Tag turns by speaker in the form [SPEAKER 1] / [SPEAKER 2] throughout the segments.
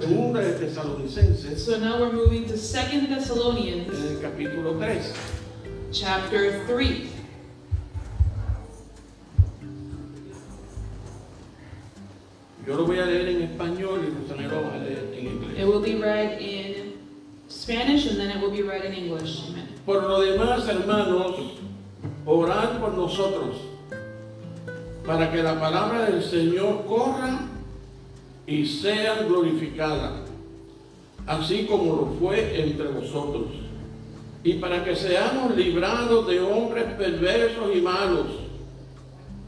[SPEAKER 1] Segunda de Tesalonicenses,
[SPEAKER 2] So now we're moving to Second
[SPEAKER 1] en
[SPEAKER 2] Thessalonians,
[SPEAKER 1] el capítulo 3.
[SPEAKER 2] chapter 3.
[SPEAKER 1] Yo lo voy a leer en español y Rosanero lo va a leer en
[SPEAKER 2] It
[SPEAKER 1] inglés.
[SPEAKER 2] will be read in Spanish and then it will be read in English. Amen.
[SPEAKER 1] Por lo demás, hermanos, orad por nosotros, para que la palabra del Señor corra y sea glorificada, así como lo fue entre vosotros, y para que seamos librados de hombres perversos y malos,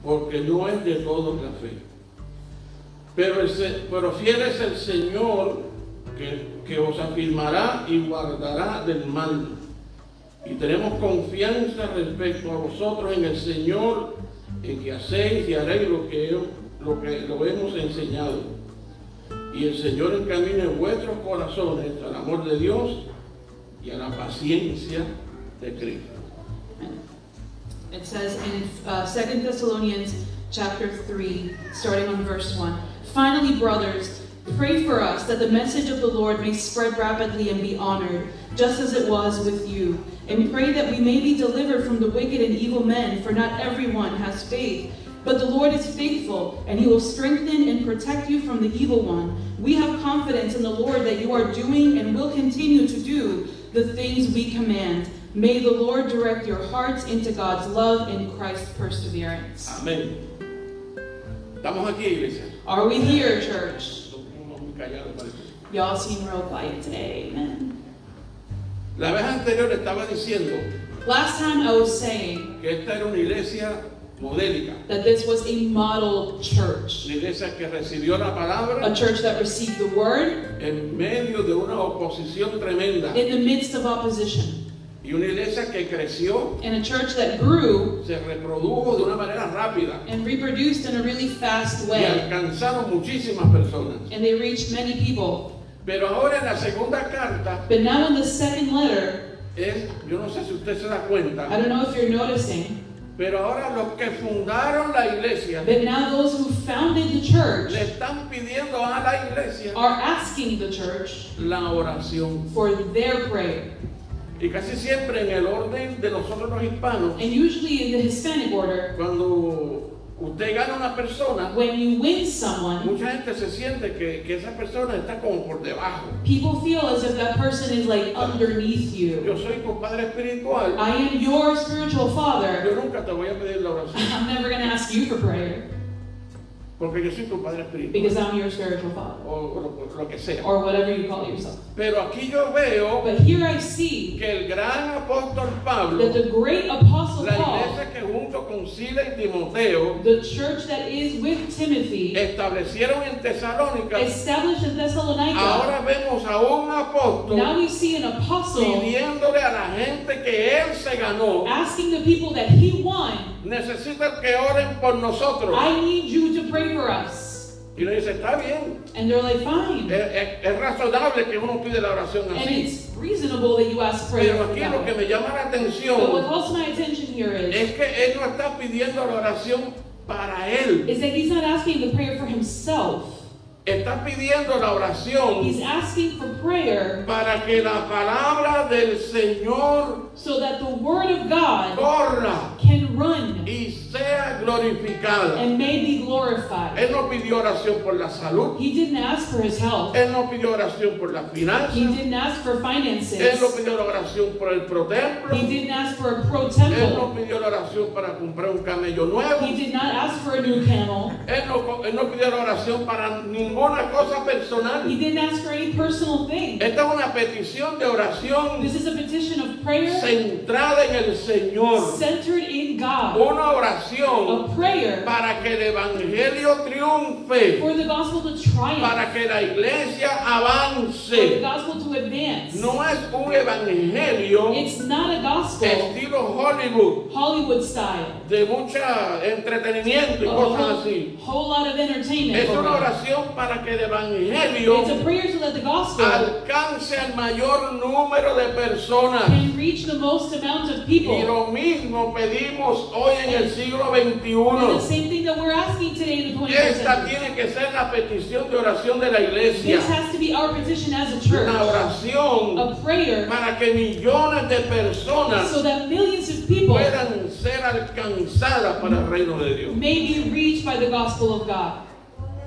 [SPEAKER 1] porque no es de todos la fe. Pero, el Se- pero fiel es el Señor que, que os afirmará y guardará del mal. Y tenemos confianza respecto a vosotros en el Señor, en que hacéis y haréis lo que, lo que lo hemos enseñado. Y el Señor encamine vuestros corazones al amor de Dios y a la paciencia de Cristo.
[SPEAKER 2] It says in uh, 2 Thessalonians chapter 3, starting on verse 1. Finally, brothers, pray for us that the message of the Lord may spread rapidly and be honored, just as it was with you. And pray that we may be delivered from the wicked and evil men, for not everyone has faith. But the Lord is faithful, and he will strengthen and protect you from the evil one. We have confidence in the Lord that you are doing and will continue to do the things we command. May the Lord direct your hearts into God's love and Christ's perseverance.
[SPEAKER 1] Amén. Estamos aquí, iglesia.
[SPEAKER 2] Are we here, church?
[SPEAKER 1] Somos muy callados, parece.
[SPEAKER 2] Y'all seem real quiet today. Amen.
[SPEAKER 1] La vez anterior estaba diciendo
[SPEAKER 2] Last time I was saying
[SPEAKER 1] que esta era una iglesia modélica,
[SPEAKER 2] that this was a model church,
[SPEAKER 1] una iglesia que recibió la palabra
[SPEAKER 2] a church that received the word
[SPEAKER 1] en medio de una oposición tremenda
[SPEAKER 2] in the midst of opposition,
[SPEAKER 1] y una iglesia que creció,
[SPEAKER 2] and a church that grew
[SPEAKER 1] se reprodujo de una manera rápida
[SPEAKER 2] and reproduced in a really fast
[SPEAKER 1] y
[SPEAKER 2] way.
[SPEAKER 1] alcanzaron muchísimas personas.
[SPEAKER 2] And they reached many people.
[SPEAKER 1] Pero ahora en la segunda carta
[SPEAKER 2] But now in the second letter,
[SPEAKER 1] es, yo no sé si usted se da
[SPEAKER 2] I
[SPEAKER 1] cuenta,
[SPEAKER 2] don't know if you're noticing,
[SPEAKER 1] pero ahora los que fundaron la iglesia
[SPEAKER 2] but now those who founded the church
[SPEAKER 1] le están pidiendo a la iglesia
[SPEAKER 2] are asking the church
[SPEAKER 1] la oración.
[SPEAKER 2] for their prayer.
[SPEAKER 1] Y casi siempre en el orden de nosotros los hispanos,
[SPEAKER 2] And usually in the Hispanic order,
[SPEAKER 1] cuando usted gana una persona,
[SPEAKER 2] when you win someone,
[SPEAKER 1] mucha gente se siente que, que esa persona está como por debajo.
[SPEAKER 2] people feel as if that person is like underneath you.
[SPEAKER 1] Yo soy tu padre espiritual.
[SPEAKER 2] I am your spiritual father.
[SPEAKER 1] Yo nunca te voy a pedir la oración,
[SPEAKER 2] I'm never going to ask you for prayer
[SPEAKER 1] porque yo soy tu padre espiritual,
[SPEAKER 2] because I'm your spiritual father
[SPEAKER 1] o, o lo, lo que sea.
[SPEAKER 2] or whatever you call yourself.
[SPEAKER 1] Pero aquí yo veo
[SPEAKER 2] But here I see
[SPEAKER 1] que el gran apóstol Pablo,
[SPEAKER 2] that the great apostle
[SPEAKER 1] la
[SPEAKER 2] Paul,
[SPEAKER 1] iglesia que junto con Sila y Timoteo
[SPEAKER 2] the church that is with Timothy,
[SPEAKER 1] establecieron en Tesalónica,
[SPEAKER 2] established in Thessalonica.
[SPEAKER 1] ahora vemos a un
[SPEAKER 2] Now
[SPEAKER 1] apóstol
[SPEAKER 2] we see an apostle
[SPEAKER 1] pidiéndole a la gente que él se ganó,
[SPEAKER 2] asking the people that he won
[SPEAKER 1] necesita que oren por nosotros.
[SPEAKER 2] I need you to pray for us.
[SPEAKER 1] Y uno dice, está bien,
[SPEAKER 2] And they're like, fine.
[SPEAKER 1] es, es- es razonable que uno pide la oración
[SPEAKER 2] And
[SPEAKER 1] así.
[SPEAKER 2] it's reasonable that you ask prayer
[SPEAKER 1] Pero
[SPEAKER 2] for
[SPEAKER 1] aquí lo que Eh.
[SPEAKER 2] them.
[SPEAKER 1] me llama la
[SPEAKER 2] But what
[SPEAKER 1] atención
[SPEAKER 2] calls my attention here is,
[SPEAKER 1] es que él no está pidiendo la oración para él.
[SPEAKER 2] is that he's not asking the prayer for himself.
[SPEAKER 1] Está pidiendo la oración
[SPEAKER 2] He's asking for prayer
[SPEAKER 1] para que la palabra del Señor
[SPEAKER 2] so that the word of
[SPEAKER 1] Oh.
[SPEAKER 2] God
[SPEAKER 1] corra
[SPEAKER 2] can run
[SPEAKER 1] y sea glorificada.
[SPEAKER 2] and may be glorified.
[SPEAKER 1] Él no pidió oración por la salud.
[SPEAKER 2] He didn't ask for his health.
[SPEAKER 1] Él no pidió oración por las
[SPEAKER 2] He
[SPEAKER 1] finanzas.
[SPEAKER 2] didn't ask for
[SPEAKER 1] Él no
[SPEAKER 2] finances.
[SPEAKER 1] pidió la oración por el protemplo.
[SPEAKER 2] He didn't ask for a pro
[SPEAKER 1] Él
[SPEAKER 2] temple.
[SPEAKER 1] no pidió la oración para comprar un camello nuevo.
[SPEAKER 2] He did not ask for a new camel.
[SPEAKER 1] Él no, él no pidió la oración para ninguna cosa
[SPEAKER 2] He
[SPEAKER 1] personal.
[SPEAKER 2] didn't ask for any personal thing.
[SPEAKER 1] Esta es una petición de oración
[SPEAKER 2] This is a petition of prayer
[SPEAKER 1] centrada en el Señor.
[SPEAKER 2] centered in God,
[SPEAKER 1] Una oración
[SPEAKER 2] a prayer
[SPEAKER 1] para que el Evangelio triunfe,
[SPEAKER 2] for the gospel to triumph,
[SPEAKER 1] para que la iglesia
[SPEAKER 2] for the
[SPEAKER 1] avance.
[SPEAKER 2] gospel to advance.
[SPEAKER 1] No es un evangelio
[SPEAKER 2] It's not a gospel
[SPEAKER 1] estilo Hollywood,
[SPEAKER 2] Hollywood style,
[SPEAKER 1] de mucho entretenimiento
[SPEAKER 2] a
[SPEAKER 1] y cosas
[SPEAKER 2] whole,
[SPEAKER 1] así.
[SPEAKER 2] whole lot of entertainment.
[SPEAKER 1] Es
[SPEAKER 2] for
[SPEAKER 1] una
[SPEAKER 2] God.
[SPEAKER 1] oración para que el evangelio
[SPEAKER 2] It's a prayer so that the gospel
[SPEAKER 1] alcance al mayor número de personas.
[SPEAKER 2] can reach the most amount of
[SPEAKER 1] Y
[SPEAKER 2] people.
[SPEAKER 1] lo mismo pedimos hoy en el siglo
[SPEAKER 2] And the
[SPEAKER 1] XXI.
[SPEAKER 2] same thing that we're asking today in the 21st
[SPEAKER 1] Esta
[SPEAKER 2] century.
[SPEAKER 1] tiene que ser la petición de oración de la iglesia.
[SPEAKER 2] This has to be our petition as a
[SPEAKER 1] Una
[SPEAKER 2] church,
[SPEAKER 1] oración
[SPEAKER 2] a prayer,
[SPEAKER 1] para que millones de personas
[SPEAKER 2] so that millions of people
[SPEAKER 1] puedan ser alcanzadas para el reino de Dios.
[SPEAKER 2] may be reached by the gospel of God.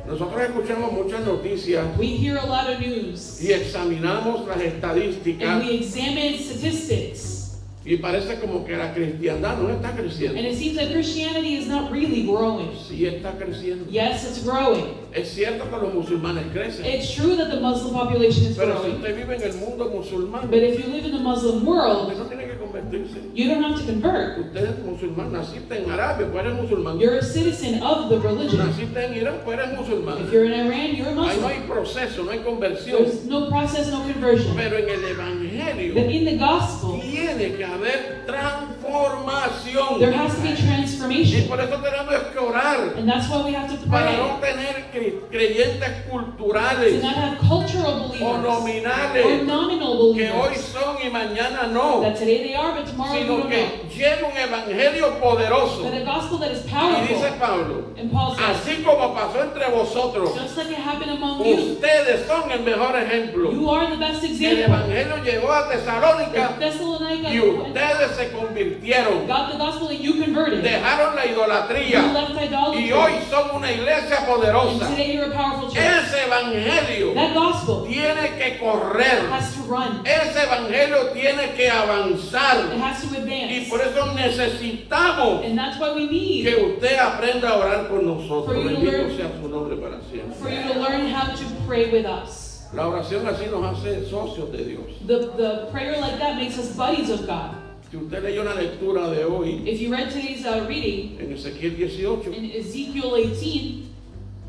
[SPEAKER 1] Nosotros escuchamos muchas noticias
[SPEAKER 2] We hear a lot of news,
[SPEAKER 1] y examinamos las
[SPEAKER 2] and
[SPEAKER 1] estadísticas
[SPEAKER 2] we examine statistics,
[SPEAKER 1] y parece como que la cristiandad no está
[SPEAKER 2] and
[SPEAKER 1] creciendo.
[SPEAKER 2] it seems that Christianity is not really growing.
[SPEAKER 1] Sí está creciendo.
[SPEAKER 2] Yes, it's growing.
[SPEAKER 1] Es cierto que los musulmanes crecen,
[SPEAKER 2] It's true that the Muslim population is
[SPEAKER 1] pero si
[SPEAKER 2] growing,
[SPEAKER 1] usted vive en el mundo musulmán,
[SPEAKER 2] but if you live in the Muslim world,
[SPEAKER 1] usted no tiene que convertirse.
[SPEAKER 2] you don't have to convert.
[SPEAKER 1] Usted es musulmán, naciste en Arabia, pues eres musulmán.
[SPEAKER 2] You're a citizen of the religion.
[SPEAKER 1] Naciste en Irán, pues eres
[SPEAKER 2] If
[SPEAKER 1] musulmán.
[SPEAKER 2] you're in Iran, you're a
[SPEAKER 1] Ahí no
[SPEAKER 2] Muslim.
[SPEAKER 1] hay proceso, no hay conversión.
[SPEAKER 2] There's no process, no conversion.
[SPEAKER 1] Pero en el
[SPEAKER 2] But
[SPEAKER 1] Evangelio
[SPEAKER 2] in the gospel,
[SPEAKER 1] tiene que haber
[SPEAKER 2] there
[SPEAKER 1] transformación.
[SPEAKER 2] has to be
[SPEAKER 1] Y
[SPEAKER 2] transformation.
[SPEAKER 1] por eso tenemos que orar
[SPEAKER 2] And that's why we have to
[SPEAKER 1] para
[SPEAKER 2] pray
[SPEAKER 1] no tener cre- creyentes
[SPEAKER 2] to
[SPEAKER 1] culturales
[SPEAKER 2] not have cultural
[SPEAKER 1] o
[SPEAKER 2] believers or
[SPEAKER 1] nominales
[SPEAKER 2] nominal
[SPEAKER 1] que hoy
[SPEAKER 2] believers
[SPEAKER 1] son y mañana no,
[SPEAKER 2] that today they are, but tomorrow you
[SPEAKER 1] sino
[SPEAKER 2] don't
[SPEAKER 1] que
[SPEAKER 2] know.
[SPEAKER 1] lleva un evangelio poderoso.
[SPEAKER 2] But a gospel that is
[SPEAKER 1] Y dice
[SPEAKER 2] powerful.
[SPEAKER 1] Pablo,
[SPEAKER 2] And Paul says,
[SPEAKER 1] así como pasó entre vosotros,
[SPEAKER 2] just like it happened among you,
[SPEAKER 1] ustedes son el mejor ejemplo.
[SPEAKER 2] you are the best
[SPEAKER 1] El
[SPEAKER 2] example.
[SPEAKER 1] evangelio llegó a
[SPEAKER 2] If
[SPEAKER 1] Tesalónica y
[SPEAKER 2] Thessalonica
[SPEAKER 1] ustedes se convirtieron.
[SPEAKER 2] got the gospel and you converted,
[SPEAKER 1] dejaron la
[SPEAKER 2] you
[SPEAKER 1] idolatría
[SPEAKER 2] left
[SPEAKER 1] y
[SPEAKER 2] idolatry,
[SPEAKER 1] hoy son una iglesia
[SPEAKER 2] and
[SPEAKER 1] poderosa.
[SPEAKER 2] today you're a powerful church.
[SPEAKER 1] Ese evangelio
[SPEAKER 2] That gospel
[SPEAKER 1] tiene que correr,
[SPEAKER 2] has to run.
[SPEAKER 1] ese evangelio tiene que
[SPEAKER 2] It
[SPEAKER 1] avanzar
[SPEAKER 2] has to
[SPEAKER 1] y
[SPEAKER 2] advance.
[SPEAKER 1] por eso necesitamos
[SPEAKER 2] And that's what we need
[SPEAKER 1] que usted aprenda a orar con nosotros.
[SPEAKER 2] For you to
[SPEAKER 1] Bendito
[SPEAKER 2] learn-
[SPEAKER 1] sea su nombre para siempre.
[SPEAKER 2] for you to learn how to pray with us.
[SPEAKER 1] La oración así nos hace socios de Dios.
[SPEAKER 2] The, the prayer like that makes us buddies of God.
[SPEAKER 1] Si usted leyó la lectura de hoy
[SPEAKER 2] If you read today's uh, reading
[SPEAKER 1] en Ezequiel 18,
[SPEAKER 2] in Ezekiel 18,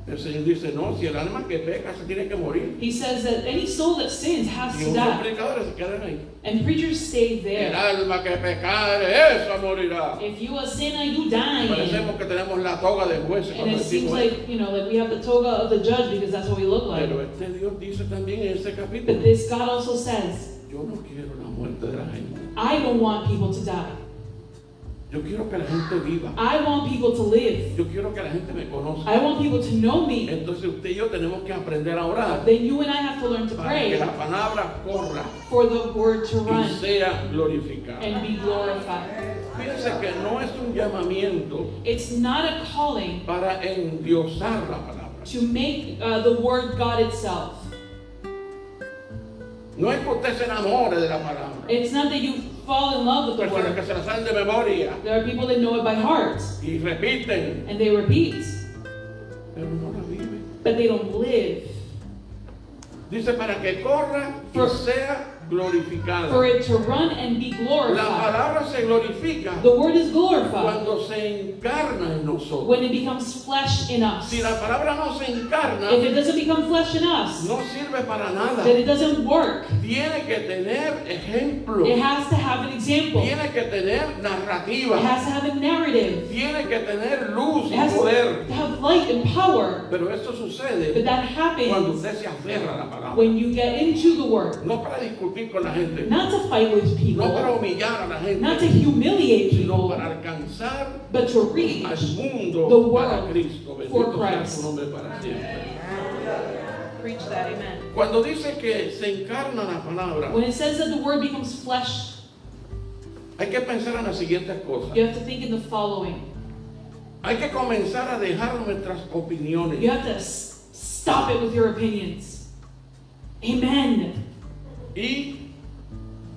[SPEAKER 1] el Señor dice, no, si el alma que peca se tiene que morir.
[SPEAKER 2] he says that any soul that sins has
[SPEAKER 1] Y
[SPEAKER 2] to
[SPEAKER 1] unos
[SPEAKER 2] die,
[SPEAKER 1] predicadores se quedan ahí.
[SPEAKER 2] and preachers stay
[SPEAKER 1] El
[SPEAKER 2] there.
[SPEAKER 1] alma que pecare, esa morirá.
[SPEAKER 2] If you a sinner, you die.
[SPEAKER 1] Parecemos que tenemos la toga de jueces
[SPEAKER 2] And
[SPEAKER 1] cuando
[SPEAKER 2] it seems
[SPEAKER 1] decimos
[SPEAKER 2] like, you know, like we have the toga of the judge because that's what we look like.
[SPEAKER 1] Pero este Dios dice también en este capítulo,
[SPEAKER 2] But this God also says,
[SPEAKER 1] yo no quiero la muerte de la gente.
[SPEAKER 2] I don't want people to die.
[SPEAKER 1] Yo quiero que la gente viva.
[SPEAKER 2] I want people to live.
[SPEAKER 1] Yo quiero que la gente me conozca.
[SPEAKER 2] I want people to know me.
[SPEAKER 1] Entonces usted y yo tenemos que aprender a orar
[SPEAKER 2] Then you and I have to learn to
[SPEAKER 1] para que
[SPEAKER 2] pray
[SPEAKER 1] la palabra corra
[SPEAKER 2] for the word to
[SPEAKER 1] y
[SPEAKER 2] run
[SPEAKER 1] sea glorificada.
[SPEAKER 2] and be glorified.
[SPEAKER 1] Fíjense que no es un llamamiento
[SPEAKER 2] It's not a calling
[SPEAKER 1] para endiosar la palabra.
[SPEAKER 2] to make uh, the word God itself.
[SPEAKER 1] No es que usted se enamore de la palabra.
[SPEAKER 2] It's not that you fall in love with the
[SPEAKER 1] Personas que
[SPEAKER 2] word.
[SPEAKER 1] se la saben de memoria
[SPEAKER 2] There are people that know it by heart
[SPEAKER 1] y repiten.
[SPEAKER 2] and they repeat,
[SPEAKER 1] pero no la vive.
[SPEAKER 2] but they don't live
[SPEAKER 1] Dice para que corra y
[SPEAKER 2] For-
[SPEAKER 1] sea
[SPEAKER 2] for
[SPEAKER 1] glorificada.
[SPEAKER 2] it to run and be
[SPEAKER 1] La
[SPEAKER 2] glorified.
[SPEAKER 1] palabra se glorifica
[SPEAKER 2] The word is glorified
[SPEAKER 1] cuando se encarna en nosotros.
[SPEAKER 2] when it becomes flesh in us.
[SPEAKER 1] Si la palabra no se encarna,
[SPEAKER 2] If it doesn't become flesh in us,
[SPEAKER 1] no sirve para nada.
[SPEAKER 2] then it doesn't work.
[SPEAKER 1] Tiene que tener ejemplo,
[SPEAKER 2] It has to have an example. It
[SPEAKER 1] tiene que tener narrativa,
[SPEAKER 2] has to have a narrative.
[SPEAKER 1] tiene que tener luz
[SPEAKER 2] It
[SPEAKER 1] y
[SPEAKER 2] has to
[SPEAKER 1] poder.
[SPEAKER 2] have light and power.
[SPEAKER 1] Pero eso
[SPEAKER 2] But
[SPEAKER 1] sucede
[SPEAKER 2] that
[SPEAKER 1] cuando
[SPEAKER 2] happens
[SPEAKER 1] usted se aferra a la palabra.
[SPEAKER 2] when you get into the word.
[SPEAKER 1] No para discutir con la gente,
[SPEAKER 2] Not to fight with
[SPEAKER 1] no para
[SPEAKER 2] people,
[SPEAKER 1] humillar a la
[SPEAKER 2] not to
[SPEAKER 1] gente,
[SPEAKER 2] humiliate
[SPEAKER 1] sino
[SPEAKER 2] people,
[SPEAKER 1] para alcanzar
[SPEAKER 2] but to reach
[SPEAKER 1] al
[SPEAKER 2] The
[SPEAKER 1] mundo
[SPEAKER 2] world
[SPEAKER 1] para Cristo. Bendito
[SPEAKER 2] for
[SPEAKER 1] sea
[SPEAKER 2] Christ.
[SPEAKER 1] su nombre para siempre.
[SPEAKER 2] Preach that, amen.
[SPEAKER 1] Cuando dice que se encarna la palabra,
[SPEAKER 2] When it says that the word becomes flesh,
[SPEAKER 1] hay que pensar en las siguientes cosas.
[SPEAKER 2] you have to think in the following.
[SPEAKER 1] Hay que comenzar a dejar nuestras
[SPEAKER 2] You
[SPEAKER 1] opiniones
[SPEAKER 2] have to s- stop it with your opinions. Amen.
[SPEAKER 1] y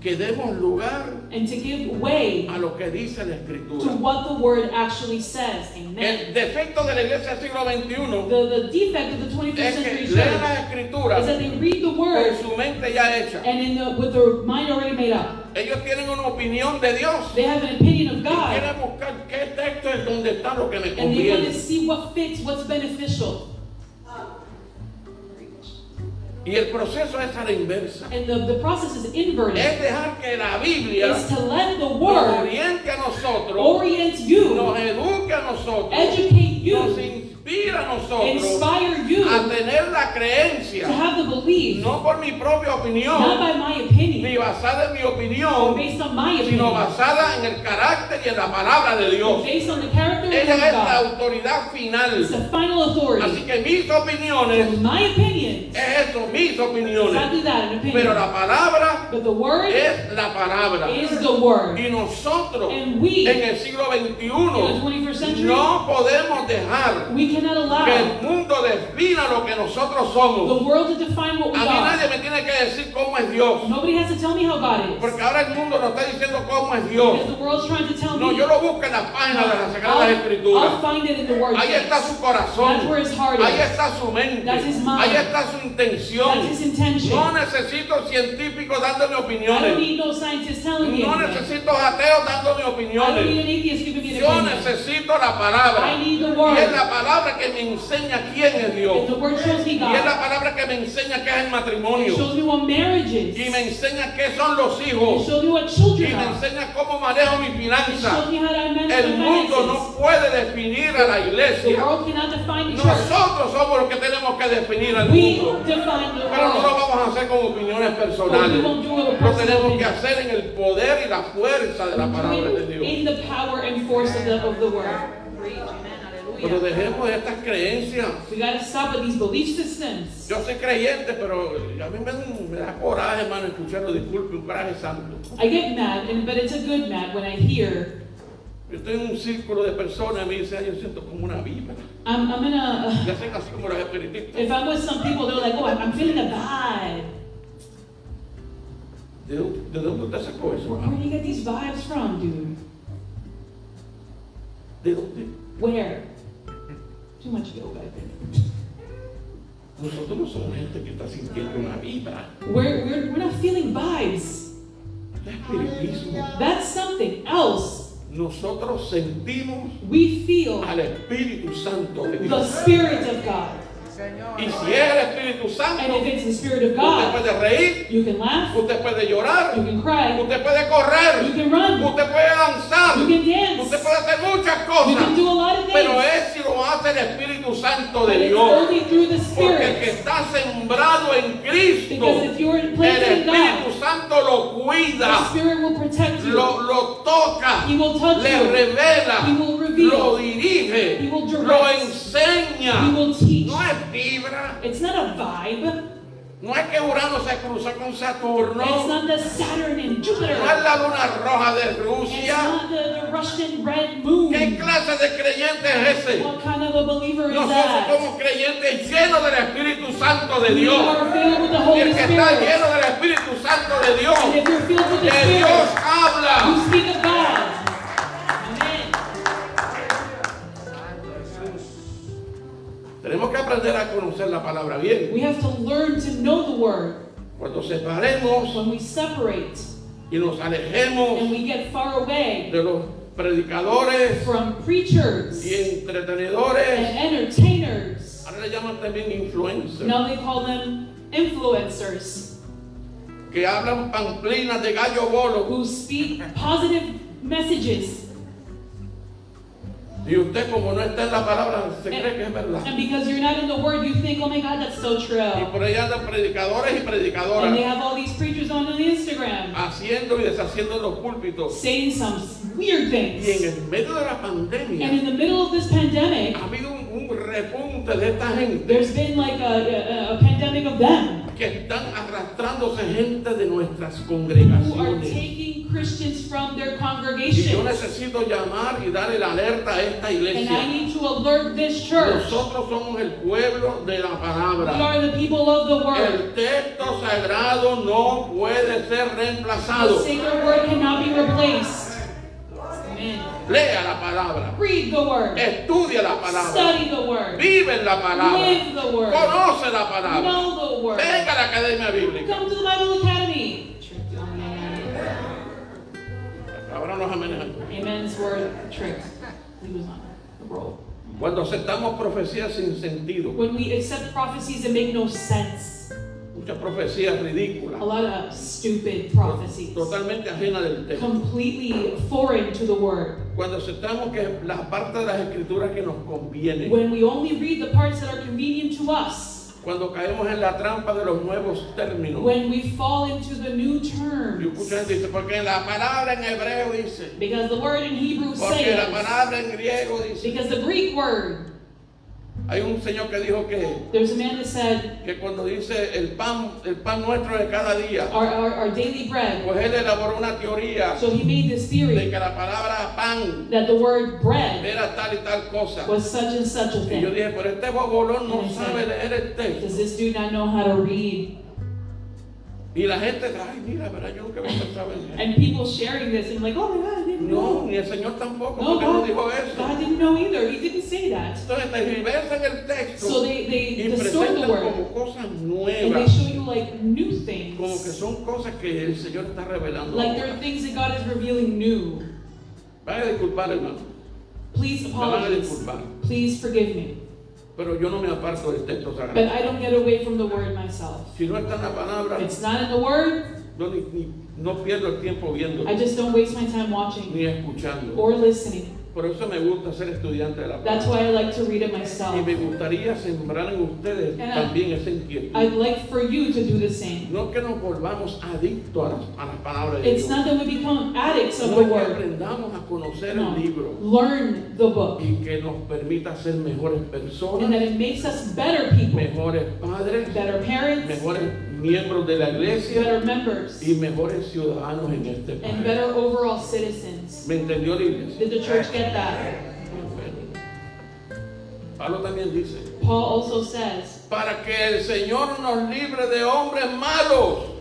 [SPEAKER 1] que demos lugar
[SPEAKER 2] And to give way
[SPEAKER 1] a lo que dice la
[SPEAKER 2] to
[SPEAKER 1] Escritura.
[SPEAKER 2] what the word actually says. Amen.
[SPEAKER 1] El defecto de la iglesia del siglo XXI
[SPEAKER 2] The, the defect of the 21st
[SPEAKER 1] es que
[SPEAKER 2] century
[SPEAKER 1] lee
[SPEAKER 2] church
[SPEAKER 1] la Escritura
[SPEAKER 2] is that they read the
[SPEAKER 1] con
[SPEAKER 2] word
[SPEAKER 1] su mente ya hecha.
[SPEAKER 2] and in the, with their mind already made up.
[SPEAKER 1] Ellos tienen una opinión de Dios
[SPEAKER 2] They have an opinion of
[SPEAKER 1] y
[SPEAKER 2] God
[SPEAKER 1] quieren buscar qué texto es donde está lo que me
[SPEAKER 2] and they want to
[SPEAKER 1] conviene.
[SPEAKER 2] see what fits, what's beneficial.
[SPEAKER 1] Y el proceso es a la inversa.
[SPEAKER 2] And the, the process is inverted.
[SPEAKER 1] es dejar que la Biblia
[SPEAKER 2] It's to let the
[SPEAKER 1] nos
[SPEAKER 2] word
[SPEAKER 1] oriente a nosotros,
[SPEAKER 2] orient you,
[SPEAKER 1] nos eduque a nosotros,
[SPEAKER 2] educate
[SPEAKER 1] nos
[SPEAKER 2] you,
[SPEAKER 1] inspira a nosotros
[SPEAKER 2] inspire you
[SPEAKER 1] a
[SPEAKER 2] to
[SPEAKER 1] tener la creencia,
[SPEAKER 2] have the belief,
[SPEAKER 1] no por mi propia
[SPEAKER 2] not
[SPEAKER 1] opinión,
[SPEAKER 2] by my
[SPEAKER 1] ni
[SPEAKER 2] opinion,
[SPEAKER 1] basada en mi
[SPEAKER 2] or
[SPEAKER 1] opinión,
[SPEAKER 2] based on my
[SPEAKER 1] sino
[SPEAKER 2] opinion,
[SPEAKER 1] basada en el carácter y en la palabra de Dios.
[SPEAKER 2] based on the character of
[SPEAKER 1] Ella es la
[SPEAKER 2] God.
[SPEAKER 1] autoridad
[SPEAKER 2] It's
[SPEAKER 1] final.
[SPEAKER 2] the final
[SPEAKER 1] Así
[SPEAKER 2] authority.
[SPEAKER 1] que mis opiniones,
[SPEAKER 2] In my opinion,
[SPEAKER 1] es eso, mis opiniones.
[SPEAKER 2] exactly that, an
[SPEAKER 1] Pero
[SPEAKER 2] opinion.
[SPEAKER 1] la palabra
[SPEAKER 2] But the word
[SPEAKER 1] es la palabra.
[SPEAKER 2] is the word.
[SPEAKER 1] Y nosotros
[SPEAKER 2] And we,
[SPEAKER 1] en
[SPEAKER 2] in
[SPEAKER 1] el siglo
[SPEAKER 2] the 21st
[SPEAKER 1] XXI
[SPEAKER 2] century,
[SPEAKER 1] no podemos dejar
[SPEAKER 2] we cannot
[SPEAKER 1] que el
[SPEAKER 2] allow
[SPEAKER 1] mundo defina lo que nosotros
[SPEAKER 2] the
[SPEAKER 1] somos.
[SPEAKER 2] world to define what
[SPEAKER 1] A
[SPEAKER 2] we
[SPEAKER 1] mí
[SPEAKER 2] are.
[SPEAKER 1] nadie me tiene que decir cómo es Dios.
[SPEAKER 2] Nobody has to tell me how God is.
[SPEAKER 1] Porque ahora el mundo nos está diciendo cómo es Dios.
[SPEAKER 2] Because the world's trying to tell
[SPEAKER 1] No,
[SPEAKER 2] me.
[SPEAKER 1] yo lo busco en la página de las Sagradas
[SPEAKER 2] I'll,
[SPEAKER 1] Escrituras.
[SPEAKER 2] I'll find it in the word.
[SPEAKER 1] Ahí
[SPEAKER 2] yes.
[SPEAKER 1] está su corazón.
[SPEAKER 2] That's where his heart
[SPEAKER 1] Ahí
[SPEAKER 2] is.
[SPEAKER 1] está su mente.
[SPEAKER 2] That's his mind.
[SPEAKER 1] Ahí está su intención.
[SPEAKER 2] That's his intention.
[SPEAKER 1] No necesito científicos dándome
[SPEAKER 2] I don't
[SPEAKER 1] opiniones.
[SPEAKER 2] need no scientist telling me
[SPEAKER 1] No
[SPEAKER 2] anything.
[SPEAKER 1] necesito ateos dándome
[SPEAKER 2] I don't need
[SPEAKER 1] opiniones.
[SPEAKER 2] an atheist giving me an
[SPEAKER 1] Yo
[SPEAKER 2] opinion.
[SPEAKER 1] necesito la palabra.
[SPEAKER 2] I need the
[SPEAKER 1] Y es
[SPEAKER 2] word.
[SPEAKER 1] la palabra que me enseña quién es
[SPEAKER 2] If
[SPEAKER 1] Dios.
[SPEAKER 2] the word shows me
[SPEAKER 1] Y es
[SPEAKER 2] God,
[SPEAKER 1] la palabra que me enseña qué es el
[SPEAKER 2] it
[SPEAKER 1] matrimonio.
[SPEAKER 2] shows me what marriage is.
[SPEAKER 1] Y
[SPEAKER 2] It
[SPEAKER 1] me enseña qué son los hijos.
[SPEAKER 2] shows me what
[SPEAKER 1] Y
[SPEAKER 2] children
[SPEAKER 1] me
[SPEAKER 2] are.
[SPEAKER 1] enseña cómo manejo mi
[SPEAKER 2] It
[SPEAKER 1] finanza.
[SPEAKER 2] shows me how to manage
[SPEAKER 1] El
[SPEAKER 2] my
[SPEAKER 1] mundo
[SPEAKER 2] finances.
[SPEAKER 1] no puede definir a la
[SPEAKER 2] The
[SPEAKER 1] iglesia.
[SPEAKER 2] world cannot define the church.
[SPEAKER 1] Nosotros somos los que tenemos que definir al
[SPEAKER 2] We
[SPEAKER 1] mundo.
[SPEAKER 2] define the
[SPEAKER 1] Pero no lo
[SPEAKER 2] world.
[SPEAKER 1] vamos a hacer con opiniones
[SPEAKER 2] But we
[SPEAKER 1] personales.
[SPEAKER 2] won't do it with
[SPEAKER 1] Lo tenemos
[SPEAKER 2] personal
[SPEAKER 1] que
[SPEAKER 2] opinion.
[SPEAKER 1] hacer en el poder y la fuerza de la palabra de
[SPEAKER 2] Do it
[SPEAKER 1] Dios.
[SPEAKER 2] in the power and force of the, of the word.
[SPEAKER 1] Pero dejemos estas creencias.
[SPEAKER 2] We gotta stop with these belief systems.
[SPEAKER 1] Yo soy creyente, pero a mí me, me da coraje, hermano, escucharlo. Disculpe, un coraje santo.
[SPEAKER 2] I get mad, and but it's a good mad when I hear
[SPEAKER 1] Yo estoy en un círculo de personas y me dicen, "Ay, yo siento como una vibra.
[SPEAKER 2] I'm, I'm in a.
[SPEAKER 1] Ya hacen así como los espiritistas.
[SPEAKER 2] If I'm with some people, they're like, "Oh, I'm I'm feeling a vibe."
[SPEAKER 1] ¿De, dó- de dónde usted sacó eso?
[SPEAKER 2] Where
[SPEAKER 1] ah?
[SPEAKER 2] do you get these vibes from, dude?
[SPEAKER 1] ¿De dónde?
[SPEAKER 2] Where? Too much yoga. I think.
[SPEAKER 1] Nosotros no somos gente que está sintiendo una vibra.
[SPEAKER 2] We're, we're we're not feeling vibes.
[SPEAKER 1] Es espiritismo.
[SPEAKER 2] That's something else.
[SPEAKER 1] Nosotros sentimos
[SPEAKER 2] We feel
[SPEAKER 1] al Espíritu Santo de
[SPEAKER 2] the
[SPEAKER 1] Dios.
[SPEAKER 2] spirit of God,
[SPEAKER 1] Y si es el Espíritu
[SPEAKER 2] and
[SPEAKER 1] Santo,
[SPEAKER 2] if it's the spirit of
[SPEAKER 1] usted
[SPEAKER 2] God,
[SPEAKER 1] puede reír,
[SPEAKER 2] you can laugh,
[SPEAKER 1] usted puede llorar,
[SPEAKER 2] you can cry,
[SPEAKER 1] usted puede
[SPEAKER 2] you
[SPEAKER 1] correr,
[SPEAKER 2] can run,
[SPEAKER 1] usted puede danzar,
[SPEAKER 2] you can dance,
[SPEAKER 1] usted puede hacer muchas
[SPEAKER 2] you can
[SPEAKER 1] cosas.
[SPEAKER 2] do a lot of
[SPEAKER 1] Pero
[SPEAKER 2] things.
[SPEAKER 1] es si lo hace el Espíritu Santo
[SPEAKER 2] But
[SPEAKER 1] de
[SPEAKER 2] it's
[SPEAKER 1] Dios.
[SPEAKER 2] only through the
[SPEAKER 1] Porque el que
[SPEAKER 2] spirit.
[SPEAKER 1] está sembrado en
[SPEAKER 2] Because
[SPEAKER 1] Cristo,
[SPEAKER 2] if you're
[SPEAKER 1] el
[SPEAKER 2] placed in God,
[SPEAKER 1] Espíritu Santo lo
[SPEAKER 2] the
[SPEAKER 1] cuida,
[SPEAKER 2] Spirit will protect you.
[SPEAKER 1] lo, lo toca,
[SPEAKER 2] He will touch
[SPEAKER 1] le
[SPEAKER 2] you. He
[SPEAKER 1] revela, lo
[SPEAKER 2] will reveal.
[SPEAKER 1] dirige,
[SPEAKER 2] He will
[SPEAKER 1] lo
[SPEAKER 2] direct. He
[SPEAKER 1] enseña.
[SPEAKER 2] will teach.
[SPEAKER 1] No es vibra,
[SPEAKER 2] It's not a vibe.
[SPEAKER 1] no es que Urano se cruzó con Saturno, no
[SPEAKER 2] It's not the Saturn and Jupiter.
[SPEAKER 1] es
[SPEAKER 2] It's
[SPEAKER 1] la luna roja de Rusia.
[SPEAKER 2] not the, the Russian
[SPEAKER 1] ¿Qué
[SPEAKER 2] red moon.
[SPEAKER 1] clase de creyente es ese?
[SPEAKER 2] What kind of a believer is
[SPEAKER 1] Nosotros
[SPEAKER 2] that?
[SPEAKER 1] somos creyentes llenos del Espíritu Santo de
[SPEAKER 2] You
[SPEAKER 1] Dios.
[SPEAKER 2] are filled with the
[SPEAKER 1] Y
[SPEAKER 2] Holy
[SPEAKER 1] el que está
[SPEAKER 2] Spirit.
[SPEAKER 1] lleno del Espíritu Santo de Dios,
[SPEAKER 2] And if you're filled with the
[SPEAKER 1] de Dios
[SPEAKER 2] Spirit,
[SPEAKER 1] habla.
[SPEAKER 2] you speak of God. Amen.
[SPEAKER 1] Tenemos que aprender a conocer la palabra bien.
[SPEAKER 2] We have to learn to know the word.
[SPEAKER 1] Cuando separemos
[SPEAKER 2] When we separate
[SPEAKER 1] y nos alejemos
[SPEAKER 2] and we get far away
[SPEAKER 1] de los predicadores
[SPEAKER 2] from preachers
[SPEAKER 1] y
[SPEAKER 2] and
[SPEAKER 1] entretenedores,
[SPEAKER 2] entertainers,
[SPEAKER 1] ahora le llaman también influencers,
[SPEAKER 2] now they call them influencers,
[SPEAKER 1] que hablan pamplinas de gallo bolo.
[SPEAKER 2] who speak positive messages.
[SPEAKER 1] Y usted como no está en la palabra, se cree que es verdad.
[SPEAKER 2] And because you're not in the word, you think, oh my God, that's so
[SPEAKER 1] Y
[SPEAKER 2] true.
[SPEAKER 1] por ahí andan predicadores y
[SPEAKER 2] And they
[SPEAKER 1] predicadoras,
[SPEAKER 2] have all these preachers on Instagram
[SPEAKER 1] haciendo y deshaciendo los púlpitos.
[SPEAKER 2] saying some weird
[SPEAKER 1] Y en
[SPEAKER 2] things.
[SPEAKER 1] el medio de la pandemia,
[SPEAKER 2] And in the middle of this pandemic,
[SPEAKER 1] ha habido un, un repunte de esta gente
[SPEAKER 2] there's been like a, a, a pandemic of them
[SPEAKER 1] que están arrastrándose gente de nuestras
[SPEAKER 2] who are
[SPEAKER 1] congregaciones.
[SPEAKER 2] taking Christians from their
[SPEAKER 1] Y yo
[SPEAKER 2] congregation.
[SPEAKER 1] necesito llamar y darle la alerta a esta
[SPEAKER 2] And I
[SPEAKER 1] iglesia.
[SPEAKER 2] need to alert this church.
[SPEAKER 1] Nosotros somos el pueblo de la
[SPEAKER 2] We
[SPEAKER 1] palabra.
[SPEAKER 2] are the people of the word.
[SPEAKER 1] El texto sagrado no puede ser
[SPEAKER 2] The
[SPEAKER 1] reemplazado.
[SPEAKER 2] sacred word cannot be replaced. Amen.
[SPEAKER 1] Lea la palabra,
[SPEAKER 2] Read the word.
[SPEAKER 1] estudia la palabra,
[SPEAKER 2] Study the word.
[SPEAKER 1] vive en la palabra,
[SPEAKER 2] Live the word.
[SPEAKER 1] conoce la palabra.
[SPEAKER 2] Know the word.
[SPEAKER 1] Venga a la academia bíblica.
[SPEAKER 2] Come to the Bible Academy.
[SPEAKER 1] Ahora nos amenazan.
[SPEAKER 2] Amen's word trick. He was on the roll.
[SPEAKER 1] Cuando aceptamos profecías sin sentido,
[SPEAKER 2] When we accept prophecies that make no sense,
[SPEAKER 1] muchas profecías
[SPEAKER 2] a
[SPEAKER 1] ridículas,
[SPEAKER 2] lot of stupid prophecies,
[SPEAKER 1] totalmente ajenas del texto.
[SPEAKER 2] completely foreign to the word.
[SPEAKER 1] cuando aceptamos que las partes de las escrituras que nos convienen,
[SPEAKER 2] When we only read the parts that are convenient to us,
[SPEAKER 1] cuando caemos en la trampa de los nuevos términos.
[SPEAKER 2] when we fall into the new
[SPEAKER 1] Y mucha
[SPEAKER 2] terms,
[SPEAKER 1] gente dice, porque la palabra en hebreo dice,
[SPEAKER 2] because the word in Hebrew
[SPEAKER 1] porque la
[SPEAKER 2] says,
[SPEAKER 1] palabra en griego dice.
[SPEAKER 2] because the Greek word,
[SPEAKER 1] Hay un señor que dijo que,
[SPEAKER 2] there's a man that said,
[SPEAKER 1] que cuando dice el pan, el pan nuestro de cada día,
[SPEAKER 2] our, our, our daily bread.
[SPEAKER 1] pues él elaboró una teoría
[SPEAKER 2] So he made this
[SPEAKER 1] de
[SPEAKER 2] theory
[SPEAKER 1] que la palabra pan
[SPEAKER 2] that the word bread
[SPEAKER 1] era tal y tal cosa.
[SPEAKER 2] was such and such a
[SPEAKER 1] Y yo
[SPEAKER 2] thing.
[SPEAKER 1] dije, pero este bobolón no sabe leer este". el texto.
[SPEAKER 2] Does this dude not know how to read?
[SPEAKER 1] Y la gente, ay, mira, verdad, yo nunca voy a pensar en eso.
[SPEAKER 2] And people sharing this and like, oh my God, I didn't
[SPEAKER 1] No,
[SPEAKER 2] know.
[SPEAKER 1] ni el Señor tampoco,
[SPEAKER 2] No,
[SPEAKER 1] porque no
[SPEAKER 2] God,
[SPEAKER 1] dijo eso.
[SPEAKER 2] God didn't know either. He didn't say that.
[SPEAKER 1] Entonces tergiversan el
[SPEAKER 2] So
[SPEAKER 1] texto
[SPEAKER 2] they,
[SPEAKER 1] y
[SPEAKER 2] they distort
[SPEAKER 1] presentan
[SPEAKER 2] the word
[SPEAKER 1] como cosas
[SPEAKER 2] and they
[SPEAKER 1] nuevas,
[SPEAKER 2] show you like new
[SPEAKER 1] como que
[SPEAKER 2] things.
[SPEAKER 1] son cosas que el Señor está revelando.
[SPEAKER 2] Like there are things that God is revealing new.
[SPEAKER 1] Van a disculpar, hermano,
[SPEAKER 2] Please
[SPEAKER 1] me van a
[SPEAKER 2] apologize.
[SPEAKER 1] disculpar,
[SPEAKER 2] Please forgive me.
[SPEAKER 1] pero yo no me aparto del texto
[SPEAKER 2] But
[SPEAKER 1] sagrado.
[SPEAKER 2] I don't get away from the word myself.
[SPEAKER 1] Si no está en la palabra,
[SPEAKER 2] If it's not in the word,
[SPEAKER 1] yo ni- ni- no pierdo el tiempo viendo
[SPEAKER 2] I just don't waste my time watching
[SPEAKER 1] ni escuchando.
[SPEAKER 2] or listening.
[SPEAKER 1] Por eso me gusta ser estudiante de la palabra.
[SPEAKER 2] That's why I like to read it
[SPEAKER 1] Y
[SPEAKER 2] myself.
[SPEAKER 1] me gustaría sembrar en ustedes
[SPEAKER 2] Yeah.
[SPEAKER 1] también esa inquietud.
[SPEAKER 2] I'd like for you to do the same.
[SPEAKER 1] No que nos volvamos adictos a las, a las palabras de
[SPEAKER 2] It's
[SPEAKER 1] Dios.
[SPEAKER 2] not that we become addicts of
[SPEAKER 1] No
[SPEAKER 2] the
[SPEAKER 1] es que
[SPEAKER 2] word.
[SPEAKER 1] aprendamos a conocer
[SPEAKER 2] No.
[SPEAKER 1] el libro
[SPEAKER 2] Learn the book.
[SPEAKER 1] y que nos permita ser mejores
[SPEAKER 2] And
[SPEAKER 1] personas,
[SPEAKER 2] that it makes us better people,
[SPEAKER 1] mejores padres,
[SPEAKER 2] better parents,
[SPEAKER 1] mejores miembros de la iglesia
[SPEAKER 2] better members,
[SPEAKER 1] y mejores ciudadanos en este
[SPEAKER 2] and
[SPEAKER 1] país.
[SPEAKER 2] better overall citizens.
[SPEAKER 1] ¿Me entendió la iglesia?
[SPEAKER 2] Did the church get that?
[SPEAKER 1] Pablo también dice,
[SPEAKER 2] Paul also says,
[SPEAKER 1] para que el Señor nos libre de hombres malos,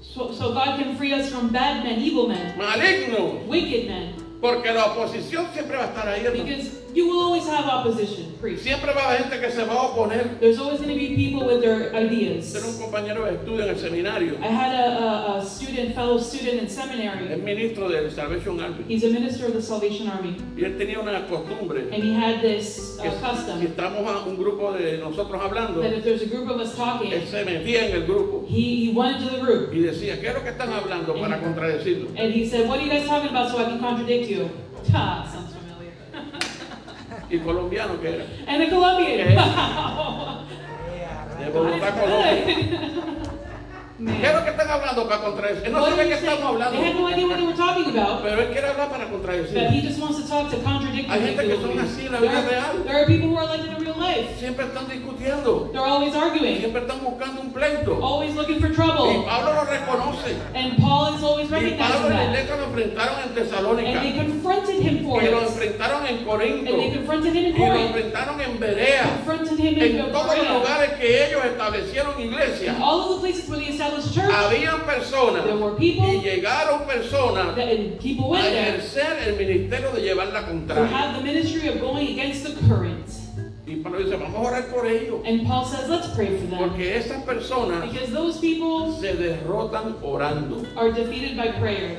[SPEAKER 2] so, so God can free us from bad men, evil men,
[SPEAKER 1] malignos,
[SPEAKER 2] wicked men,
[SPEAKER 1] porque la oposición siempre va a estar ahí. hermano.
[SPEAKER 2] because you will always have opposition, priest.
[SPEAKER 1] Siempre va a haber gente que se va a oponer
[SPEAKER 2] There's always going to be people with their
[SPEAKER 1] Era un
[SPEAKER 2] ideas.
[SPEAKER 1] compañero de estudio en el seminario,
[SPEAKER 2] I had a, a, a student, fellow student in
[SPEAKER 1] es
[SPEAKER 2] seminary.
[SPEAKER 1] ministro del Salvation Army,
[SPEAKER 2] He's a minister of the Salvation Army,
[SPEAKER 1] y él tenía una costumbre,
[SPEAKER 2] and he had this
[SPEAKER 1] que
[SPEAKER 2] uh,
[SPEAKER 1] si
[SPEAKER 2] custom
[SPEAKER 1] estamos a un grupo de nosotros hablando,
[SPEAKER 2] that if there's a group of us
[SPEAKER 1] él
[SPEAKER 2] talking,
[SPEAKER 1] se metía en el grupo
[SPEAKER 2] he, he went into the group.
[SPEAKER 1] y decía, ¿qué es lo que están hablando para contradecirlo?
[SPEAKER 2] And he said, What are you guys talking about so I can contradict you? Ha, sounds familiar.
[SPEAKER 1] Y colombiano que era,
[SPEAKER 2] And a Colombian.
[SPEAKER 1] Yes.
[SPEAKER 2] Wow.
[SPEAKER 1] de Bogotá, Colombia. ¿Qué es
[SPEAKER 2] Man.
[SPEAKER 1] lo que están hablando para contradecir? Él no
[SPEAKER 2] What
[SPEAKER 1] sabe
[SPEAKER 2] did
[SPEAKER 1] qué
[SPEAKER 2] he say?
[SPEAKER 1] estamos
[SPEAKER 2] They had no
[SPEAKER 1] hablando,
[SPEAKER 2] idea what they were talking about,
[SPEAKER 1] pero él quiere hablar para
[SPEAKER 2] but
[SPEAKER 1] contradecir.
[SPEAKER 2] he just wants to talk to contradict
[SPEAKER 1] Hay gente que son así en la vida
[SPEAKER 2] there, are,
[SPEAKER 1] real.
[SPEAKER 2] there are people who are like that in real life.
[SPEAKER 1] Siempre están discutiendo,
[SPEAKER 2] They're always arguing,
[SPEAKER 1] siempre están buscando un pleito.
[SPEAKER 2] always looking
[SPEAKER 1] Y
[SPEAKER 2] for trouble.
[SPEAKER 1] Pablo lo reconoce.
[SPEAKER 2] And Paul is always
[SPEAKER 1] Y
[SPEAKER 2] recognizing
[SPEAKER 1] Pablo y
[SPEAKER 2] that.
[SPEAKER 1] Leca lo enfrentaron en
[SPEAKER 2] And
[SPEAKER 1] Tesalónica.
[SPEAKER 2] they confronted him for
[SPEAKER 1] Y lo
[SPEAKER 2] it.
[SPEAKER 1] enfrentaron en
[SPEAKER 2] And
[SPEAKER 1] Corinto.
[SPEAKER 2] they confronted him in
[SPEAKER 1] Y lo
[SPEAKER 2] Corinth.
[SPEAKER 1] enfrentaron en Berea.
[SPEAKER 2] Confronted him in
[SPEAKER 1] En todos los
[SPEAKER 2] Berea.
[SPEAKER 1] lugares que ellos establecieron iglesia,
[SPEAKER 2] All of the places where they established church,
[SPEAKER 1] habían personas
[SPEAKER 2] there were
[SPEAKER 1] y
[SPEAKER 2] people
[SPEAKER 1] llegaron personas
[SPEAKER 2] that, and people
[SPEAKER 1] a
[SPEAKER 2] went there
[SPEAKER 1] ejercer el ministerio de llevar la
[SPEAKER 2] who
[SPEAKER 1] contraria.
[SPEAKER 2] have the ministry of going against the current.
[SPEAKER 1] Y Pablo dice, vamos a orar por ellos,
[SPEAKER 2] And Paul says, let's pray for them.
[SPEAKER 1] porque esas personas
[SPEAKER 2] Because those people
[SPEAKER 1] se derrotan orando.
[SPEAKER 2] are defeated by prayer.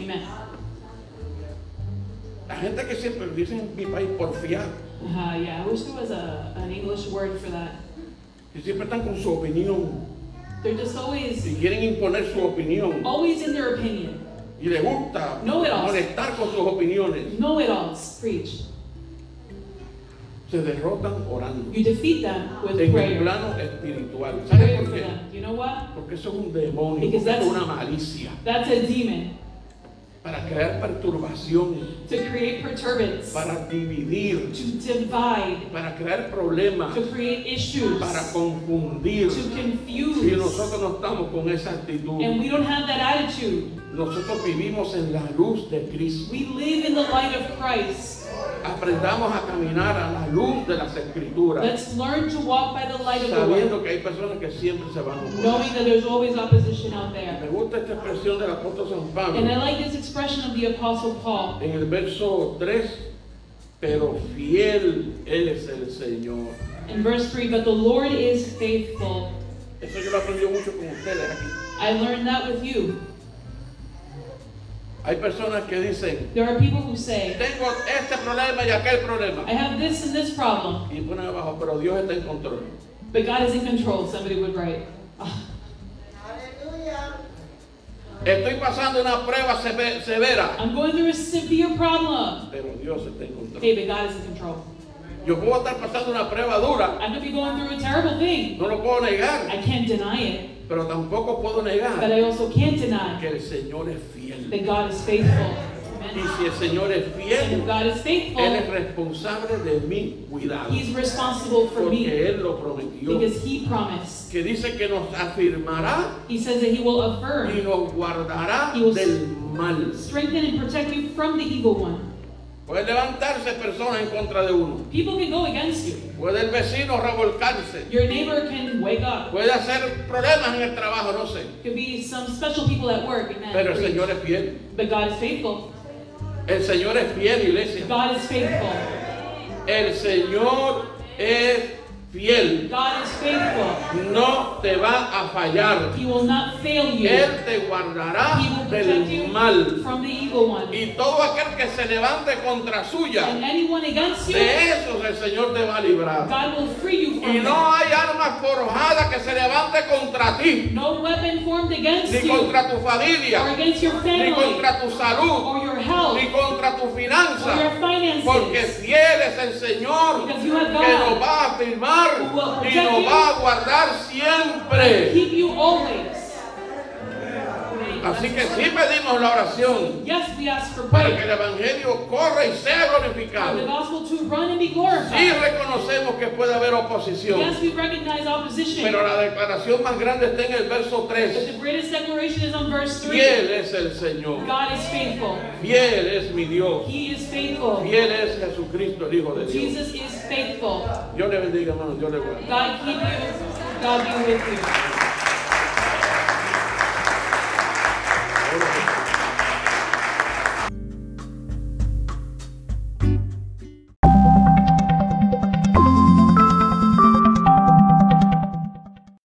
[SPEAKER 2] Amen.
[SPEAKER 1] La gente que siempre dice en mi país porfiar,
[SPEAKER 2] Uh, yeah, I wish there was a, an English word for that.
[SPEAKER 1] y siempre están con su opinión
[SPEAKER 2] They're just always,
[SPEAKER 1] y quieren imponer su opinión.
[SPEAKER 2] always in their opinion.
[SPEAKER 1] y le gusta
[SPEAKER 2] No it all.
[SPEAKER 1] molestar con sus opiniones,
[SPEAKER 2] Know it alls, preach.
[SPEAKER 1] se derrotan orando
[SPEAKER 2] You defeat them with
[SPEAKER 1] en el
[SPEAKER 2] prayer.
[SPEAKER 1] plano espiritual. ¿Sabes
[SPEAKER 2] Pray
[SPEAKER 1] por
[SPEAKER 2] for
[SPEAKER 1] qué?
[SPEAKER 2] them. You know what?
[SPEAKER 1] Porque eso es un demonio, porque
[SPEAKER 2] Because
[SPEAKER 1] eso es
[SPEAKER 2] that's-
[SPEAKER 1] una malicia
[SPEAKER 2] That's a demon
[SPEAKER 1] para crear perturbación,
[SPEAKER 2] to create perturbance,
[SPEAKER 1] para dividir,
[SPEAKER 2] to divide,
[SPEAKER 1] para crear problemas,
[SPEAKER 2] to create issues,
[SPEAKER 1] para
[SPEAKER 2] to
[SPEAKER 1] confundir. Y
[SPEAKER 2] confuse.
[SPEAKER 1] nosotros no estamos con esa actitud.
[SPEAKER 2] And we don't have that attitude.
[SPEAKER 1] Nosotros vivimos en la luz de Cristo.
[SPEAKER 2] We live in the light of Christ.
[SPEAKER 1] Aprendamos a caminar a la luz de las escrituras,
[SPEAKER 2] Let's learn to walk by the light of the
[SPEAKER 1] sabiendo
[SPEAKER 2] Lord,
[SPEAKER 1] que hay personas que siempre se van a oponer.
[SPEAKER 2] knowing that there's always opposition out there.
[SPEAKER 1] Me gusta esta expresión del apóstol San Pablo.
[SPEAKER 2] And I like this expression of the Apostle Paul.
[SPEAKER 1] En el verso 3, pero fiel es el Señor.
[SPEAKER 2] In verse 3, but the Lord is faithful.
[SPEAKER 1] Eso yo lo aprendí mucho con ustedes aquí.
[SPEAKER 2] I learned that with you.
[SPEAKER 1] Hay personas que dicen,
[SPEAKER 2] There are people who say,
[SPEAKER 1] tengo este problema y aquel problema.
[SPEAKER 2] I have this and this problem,
[SPEAKER 1] Y ponen abajo, pero Dios está en control.
[SPEAKER 2] but God is in control, somebody would write.
[SPEAKER 1] Estoy pasando una prueba seve- severa,
[SPEAKER 2] I'm going through a severe problem.
[SPEAKER 1] pero Dios está en control.
[SPEAKER 2] David, God is in control.
[SPEAKER 1] Yo puedo estar pasando una prueba dura,
[SPEAKER 2] I could be going through a terrible thing.
[SPEAKER 1] no lo puedo negar,
[SPEAKER 2] I can't deny it,
[SPEAKER 1] pero tampoco puedo
[SPEAKER 2] but
[SPEAKER 1] negar
[SPEAKER 2] I also can't deny
[SPEAKER 1] que el Señor es fiel.
[SPEAKER 2] that God is faithful.
[SPEAKER 1] Y
[SPEAKER 2] Amen.
[SPEAKER 1] si el Señor es
[SPEAKER 2] And if
[SPEAKER 1] fiel,
[SPEAKER 2] God is
[SPEAKER 1] Él es
[SPEAKER 2] faithful,
[SPEAKER 1] responsable de mi cuidado,
[SPEAKER 2] He's responsible for me
[SPEAKER 1] porque Él lo prometió,
[SPEAKER 2] because He promised.
[SPEAKER 1] que dice que nos afirmará
[SPEAKER 2] He says that He will
[SPEAKER 1] y
[SPEAKER 2] affirm,
[SPEAKER 1] nos guardará
[SPEAKER 2] Y os-
[SPEAKER 1] del mal.
[SPEAKER 2] strengthen, and protect me from the evil one.
[SPEAKER 1] Pueden levantarse personas en contra de uno,
[SPEAKER 2] People can go against you.
[SPEAKER 1] puede el vecino revolcarse,
[SPEAKER 2] Your neighbor can wake up.
[SPEAKER 1] puede hacer problemas en el trabajo, no sé,
[SPEAKER 2] Could be some special people at work.
[SPEAKER 1] pero el
[SPEAKER 2] Amen.
[SPEAKER 1] Señor es fiel.
[SPEAKER 2] But God is faithful.
[SPEAKER 1] El Señor es fiel, iglesia.
[SPEAKER 2] God is faithful.
[SPEAKER 1] El Señor es fiel.
[SPEAKER 2] God is faithful.
[SPEAKER 1] No te va a fallar.
[SPEAKER 2] He will not fail you.
[SPEAKER 1] Él te guardará
[SPEAKER 2] He will protect
[SPEAKER 1] del
[SPEAKER 2] you
[SPEAKER 1] mal.
[SPEAKER 2] from the evil one.
[SPEAKER 1] Y todo aquel que se levante contra suya,
[SPEAKER 2] And anyone against you,
[SPEAKER 1] de esos el Señor te va a librar.
[SPEAKER 2] God will free you from
[SPEAKER 1] Y
[SPEAKER 2] them.
[SPEAKER 1] no hay arma forjada que se levante contra ti,
[SPEAKER 2] No weapon formed against
[SPEAKER 1] ni
[SPEAKER 2] you,
[SPEAKER 1] contra tu
[SPEAKER 2] or
[SPEAKER 1] familia,
[SPEAKER 2] against your
[SPEAKER 1] ni
[SPEAKER 2] family,
[SPEAKER 1] contra tu salud,
[SPEAKER 2] or your health,
[SPEAKER 1] ni contra tu
[SPEAKER 2] or your
[SPEAKER 1] finanza. Porque
[SPEAKER 2] finances.
[SPEAKER 1] fiel es el Señor
[SPEAKER 2] Because you have
[SPEAKER 1] que nos
[SPEAKER 2] God.
[SPEAKER 1] va a firmar
[SPEAKER 2] Who will
[SPEAKER 1] y
[SPEAKER 2] protect
[SPEAKER 1] nos
[SPEAKER 2] you.
[SPEAKER 1] va a guardar siempre.
[SPEAKER 2] Keep you always.
[SPEAKER 1] Así que sí pedimos la oración
[SPEAKER 2] Yes, we ask for
[SPEAKER 1] para que
[SPEAKER 2] prayer.
[SPEAKER 1] el Evangelio corra y sea
[SPEAKER 2] For the
[SPEAKER 1] glorificado.
[SPEAKER 2] gospel to run and be
[SPEAKER 1] Sí
[SPEAKER 2] glorified.
[SPEAKER 1] reconocemos que puede haber oposición,
[SPEAKER 2] Yes, we recognize opposition.
[SPEAKER 1] pero la declaración más grande está en el verso
[SPEAKER 2] But
[SPEAKER 1] 3.
[SPEAKER 2] the greatest declaration is on verse 3.
[SPEAKER 1] Fiel es el Señor,
[SPEAKER 2] God is faithful.
[SPEAKER 1] fiel es mi Dios,
[SPEAKER 2] He is faithful.
[SPEAKER 1] fiel es Jesucristo, el Hijo de Dios.
[SPEAKER 2] Jesus is faithful.
[SPEAKER 1] Dios le bendiga, hermano, Dios le guarde.
[SPEAKER 2] God keep you. God be with you.
[SPEAKER 1] Ahora,